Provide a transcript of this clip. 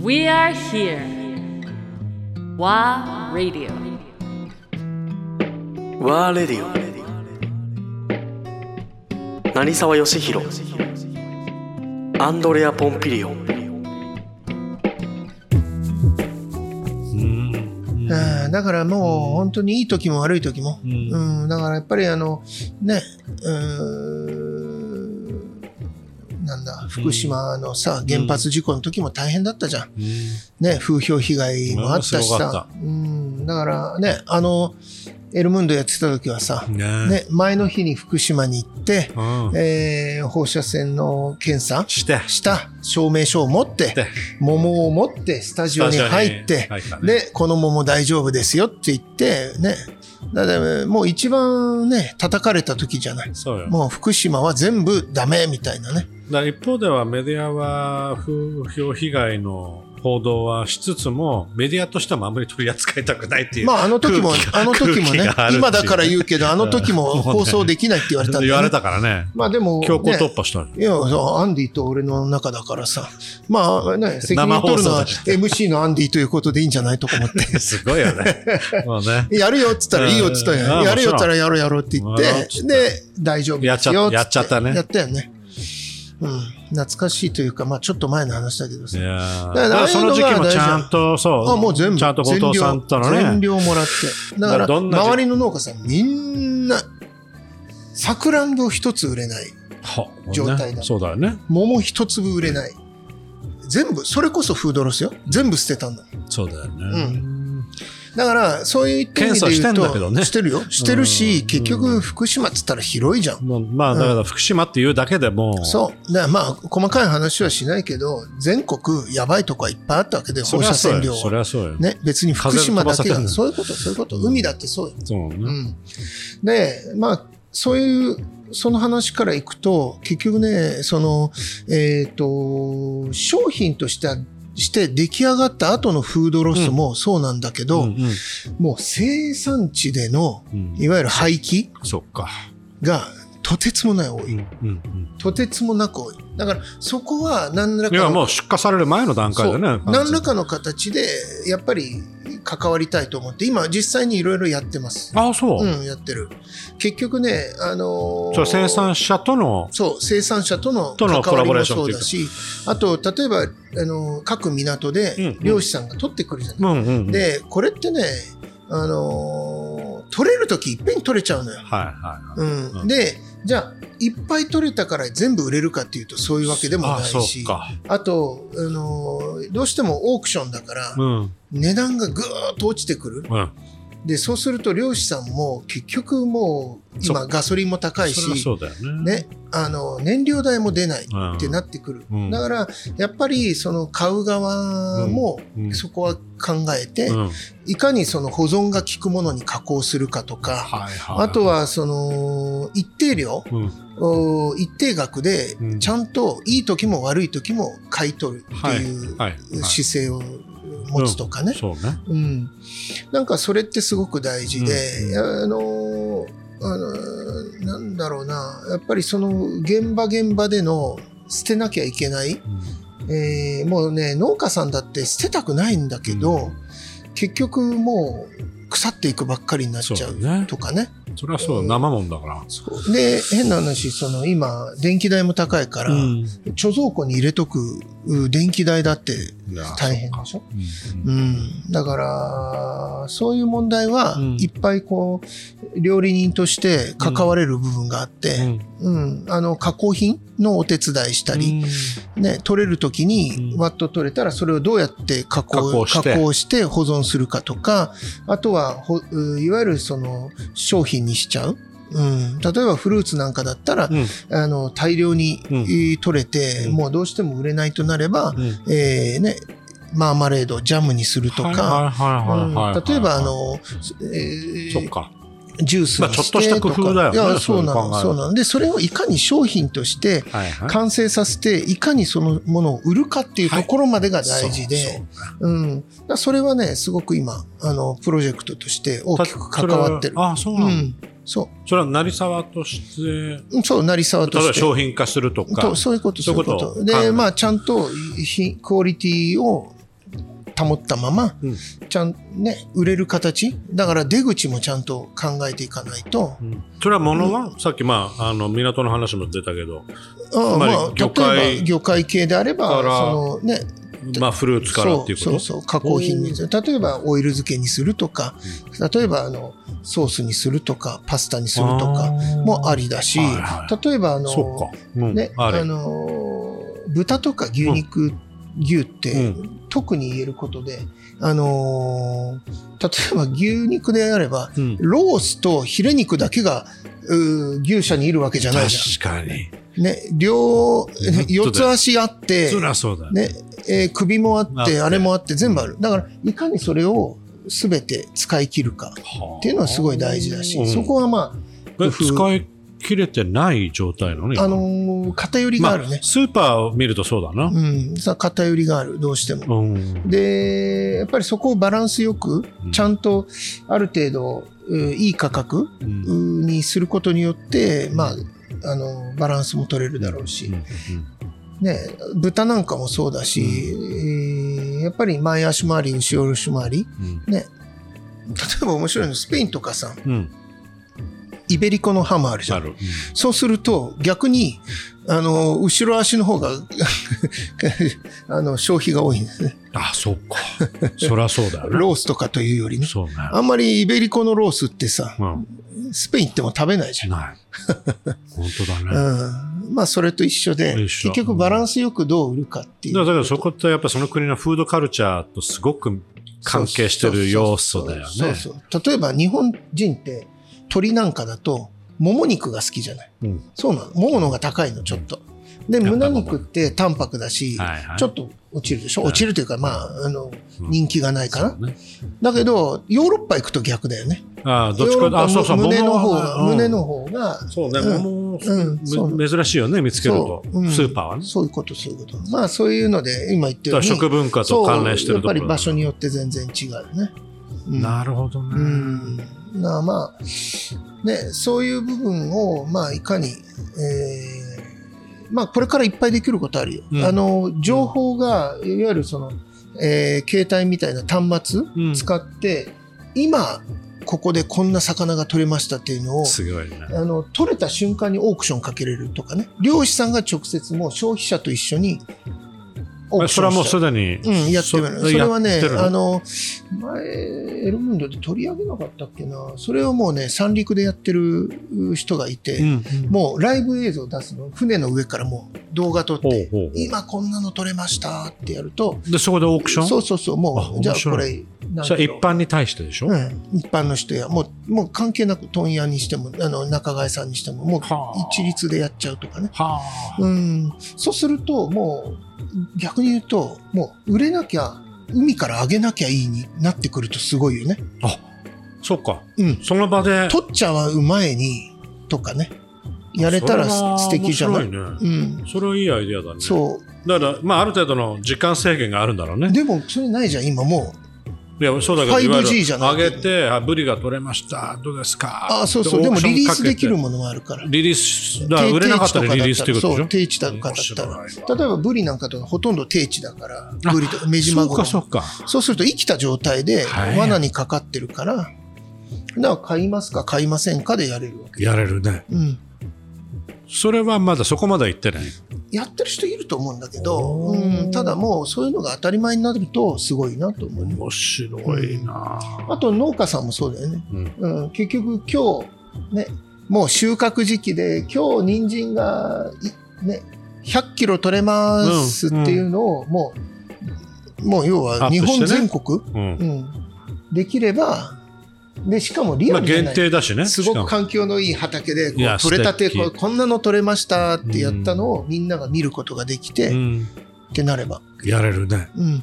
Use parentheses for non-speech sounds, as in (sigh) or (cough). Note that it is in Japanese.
We are here. WA Radio. ワーレディオ成沢義弘アンドレア・ポンピリオうんだからもう本当にいい時も悪い時も、うんうん、だからやっぱりあのねうーんなんだ福島のさ原発事故の時も大変だったじゃん、ね、風評被害もあったしうんすごかさ、うん、だからねあのエルムンドやってた時はさ、ねね、前の日に福島に行って、うんえー放射線の検査してした証明書を持ってで桃を持ってスタジオに入ってス、タジオに入ったねで、この桃大丈夫ですよって言って、ね。だってもう一番ね、叩かれた時じゃない。そうよもう福島は全部ダメみたいなね。だから一方ではメディアは風評被害の報道はしつつもメディアとしてもあんまり取り扱いたくないっていうまああの時も空気、があの時もね空気があ、るっていう今だから言うけど、あの時も放送できないって言われたんだ言わよ、ねれ。たからねまあでも、強行ね突破したのいや、そう、アンディと俺の中だからさ。まあね、責任取るのは生放送だし MC のアンディということでいいんじゃないとか思って。すごいよねもうねやるよっつったらいいよっつったうんよ。うんやるよっつったらやろうやろうって言っやろうっつて、ったで、大丈夫ですよつやっちゃったやっちゃったねやったよね。うん。懐かしいというか、まあちょっと前の話だけどいさ。やーだからだからその時期ああいうのもが大事ちゃんとそうあ、もう全部。ちゃんと後藤さんとの全量全ね量もらって。だかだからら、どんな時周りの農家さんみんな、さくらんぼ一つ売れない。はもうね状態だそうだよね桃一粒売れない。全部、それこそフードロスよ。全部捨てたんだ。そうだよね、だから、そういう点で検査して言うんと、だけどねしてるよ。してるし、結局、福島っつったら広いじゃん。もうまあだから福島っていうだけでもうそう。だからまあ、細かい話はしないけど、全国やばいとこはいっぱいあったわけで、そ放りゃ射そう線よ量そは。りゃそうよ、ね、別に福島だけ風飛ばされてが、るそういうこと、そういうこと。海だってそうよ。そうね、うん。で、まあ、そういう、その話からいくと、結局ね、その、えっ、と、商品としては、して出来上がった後のフードロスもそうなんだけど、うんうんもう生産地でのうんいわゆる廃棄そっか、がとてつもない多ういん。うんうん、とてつもなく多い。だから、そこは何らかいのやもう出荷される前の段階そだうね何らかの形で、やっぱり関わりたいと思って、今実際にいろいろやってます。ああそう、うん、やってる。結局ね、あのーそう生産者とのそう、生産者とのと関のわりコラボレもーションそっうていうだかし、あと、例えば、あのー各港うんでうん漁師さんが取ってくるじゃない、うんうんうんで、これってね、あのー取れるときいっぺんに取れちゃうのよ。はいはうんうんで、じゃあ、いっぱい取れたから全部売れるかっていうと、そういうわけでいもなああいそしう、かあと、あのーどうしてもオークションだから、うんうん値段がぐーっと落ちてくる。で、そうすると漁師さんも結局もうそ今ガソリンも高いそれはし、そうだよねね、あの、燃料代も出ないうんってなってくる。うんだから、やっぱりその買う側もうんうんそこは考えて、うん、はいいかにその保存が効くものに加工するかとか、はいあとはその一定量、うん、お一定額でうんちゃんといい時も悪い時も買い取るっていうはいはいはい姿勢を持つとかね、そうねうん、なんかそれってすごく大事で、うんあのあのなんだろうなやっぱりその現場現場での捨てなきゃいけない、えーもうね農家さんだって捨てたくないんだけど、結局もう腐っていくばっかりになっちゃそうだうねとかねうんそれはそう生もんだからそうで変な話その今電気代も高いから、うん貯蔵庫に入れとくう電気代だっていや大変でしょうんうん、だからそういう問題はうんいっぱいこう料理人として関われる部分があって、ううんんあの加工品のお手伝いしたり、ね、取れる時にうんワット取れたらそれをどうやって加工加工して加工して保存するかとかあとはほういわゆるその商品にしちゃう。うん、例えばフルーツなんかだったら、うんあの大量に、うんえー取れて、うんもうどうしても売れないとなれば、うんえーね、マーマレードジャムにするとか、はいはいはいはいはいうん例えばあの、えーそっかジュースにしてとか、まあちょっとした工夫だよねいやそうなそう考のえるとそうなのでそれをいかに商品としてはいはい完成させていかにそのものを売るかっていうところまでが大事で、そううん、だからそれはねすごく今あのプロジェクトとして大そうきく関わってるそれ。はあそううなんだん、そそれは成沢としてうそう成沢と例しえばて商品化するとかとそういうことそういうことそういうこ考えでるまあちゃんとひクオリティを保ったまま、うんちゃんね、売れる形、だから出口もちゃんと考えていかないと、うんそれは物は、さっき、まあ、あの港の話も出たけど、ああつまりまあ、魚例介えば魚介系であれば、からそのね、まあ、フルーツからっていうこそうとそうそう加工品に例えばオイル漬けにするとか、例えばあのソースにするとかパスタにするとかもありだし、はいはい例えばあのそうか、うんねああれの豚とか牛肉、牛って、う特に言えることで、あの例えば牛肉であればうん、ロースとヒレ肉だけがうー牛舎にいるわけじゃないじ確かにゃん。ね、両だよ四つ足あって、そりゃそうだよねえー首もああっっててあれもあって全部あるだからいかにそれを全て使い切るかっていうのはすごい大事だし、うんそこはまえ工夫使い切れてない状態なのねあ、今あのー偏りがあるね、スーパーを見るとそうだな、うん、さ偏りがあるどうしても。うんでやっぱりそこをバランスよくうんちゃんとある程度、うんいい価格うんうんにすることによって、まあ、あのバランスも取れるだろうし、ね、豚なんかもそうだし、えーやっぱり前足回り後ろ足回りうん例えば面白いのスペインとかさうんうんイベリコのハムあるじゃあんるそうすると逆にあの後ろ足の方が (laughs) あの消費が多いんですねあそうかそりゃそうだよねロースとかというよりねそうねあんまりイベリコのロースってさうんスペイン行っても食べないじゃん (laughs) ない本当だね、だうん、まあそれと一緒で一緒結局バランスよくどう売るかっていうからだからそこってやっぱその国のフードカルチャーとすごく関係してる要素だよねそうそうそうそう例えば日本人って鳥なんかだともも肉が好きじゃない、うんそうなのもものが高いのちょっとでやっぱ胸肉って淡白だし、はいはいちょっと落ちるでしょ、はい落ちるというかまああのうん人気がないかな、そうねだけどヨーロッパ行くと逆だよねああどっヨちーロッかパあそうそう胸の桃方はが、うん胸の方がそうね、うん桃うんそうめ珍しいよね、見つけるとそ。ううんスーパーはね。そういうことそういうことまあそういうので今言ってだるかよらうに食文化と関連してるところそうやっぱり場所によよって全然違うよね、うんなるほどうね。ん、なあまあ、ね、そういう部分を、まあ、いかに、えーまあ、これからいっぱいできることあるよ。うんあの情報が、いわゆるその、えー携帯みたいな端末うん使って、今、ここでこんな魚が取れましたっていうのを、すごいね。あの取れた瞬間にオークションかけれるとかね、漁師さんが直接もう消費者と一緒にオークシそョれンはもうしちゃうすでに。うん、やってみる。それはやねってる、のあの、前、エルムンドで取り上げなかったっけな。それをもうね、三陸でやってる人がいて、うんもうライブ映像出すの。船の上からもう動画撮って、ほうほうほう今こんなの撮れましたってやると、で、そこでオークションそそうそうそう、あもう、面じゃ白あこいれ、何れキ一ロ般に対してでしょうはん、一般の人や、もう、もう関係なく、問屋にしても、あの、仲買さんにしても、もうはあ一律でやっちゃうとかね。あ。うん、そうすると、もう、逆に言うと、もう、売れなきゃ、海から上げなきゃいいになってくるとすごいよね。あ、そうか。うん。その場で。取っちゃう前に、とかね。やれたらそは素敵じゃない面白いね。うん。それはいいアイデアだね。そだから、まあ、ある程度の時間制限があるんだろうう。ね。でも、それないじゃん、今もう。いや、そうだけど、いわゆ 5G じゃる、なあいけどげて、あ、ブリが取れました。どうですかああ、そうそう。でも、オクションリリーかけスてできるものもあるから。リリース、だから売れなかったらリリースっていうこそとでう、しょ定置だとかだった面白いら。わ例えば、ブリなんかとかほとんど定置だから、ブリとか、メジマそゴうロかもそうか。そうすると生きた状態ではい罠にかかってるから、だから買いますか買いませんかでやれるわけ。やれるね。うん。それはまだそこまで行ってない。やってる人いると思うんだけど、おーうん、ただもうそういうのが当たり前になるとすごいなと思う。面白いなあと農家さんもそうだよね。うんうん、結局今日、ね、もう収穫時期で今日人参がい、ね、100キロ取れますっていうのをもう、もう要は日ア本ップしてね全国、うん。うん、できれば、で、しかもリまアあルじゃな限い、定だしね。すごくしか環境のいい畑でこいやう取れたて素敵こうこんなの取れましたってやったのをみんなが見ることができて、もうんってなれば、やれるね。うん、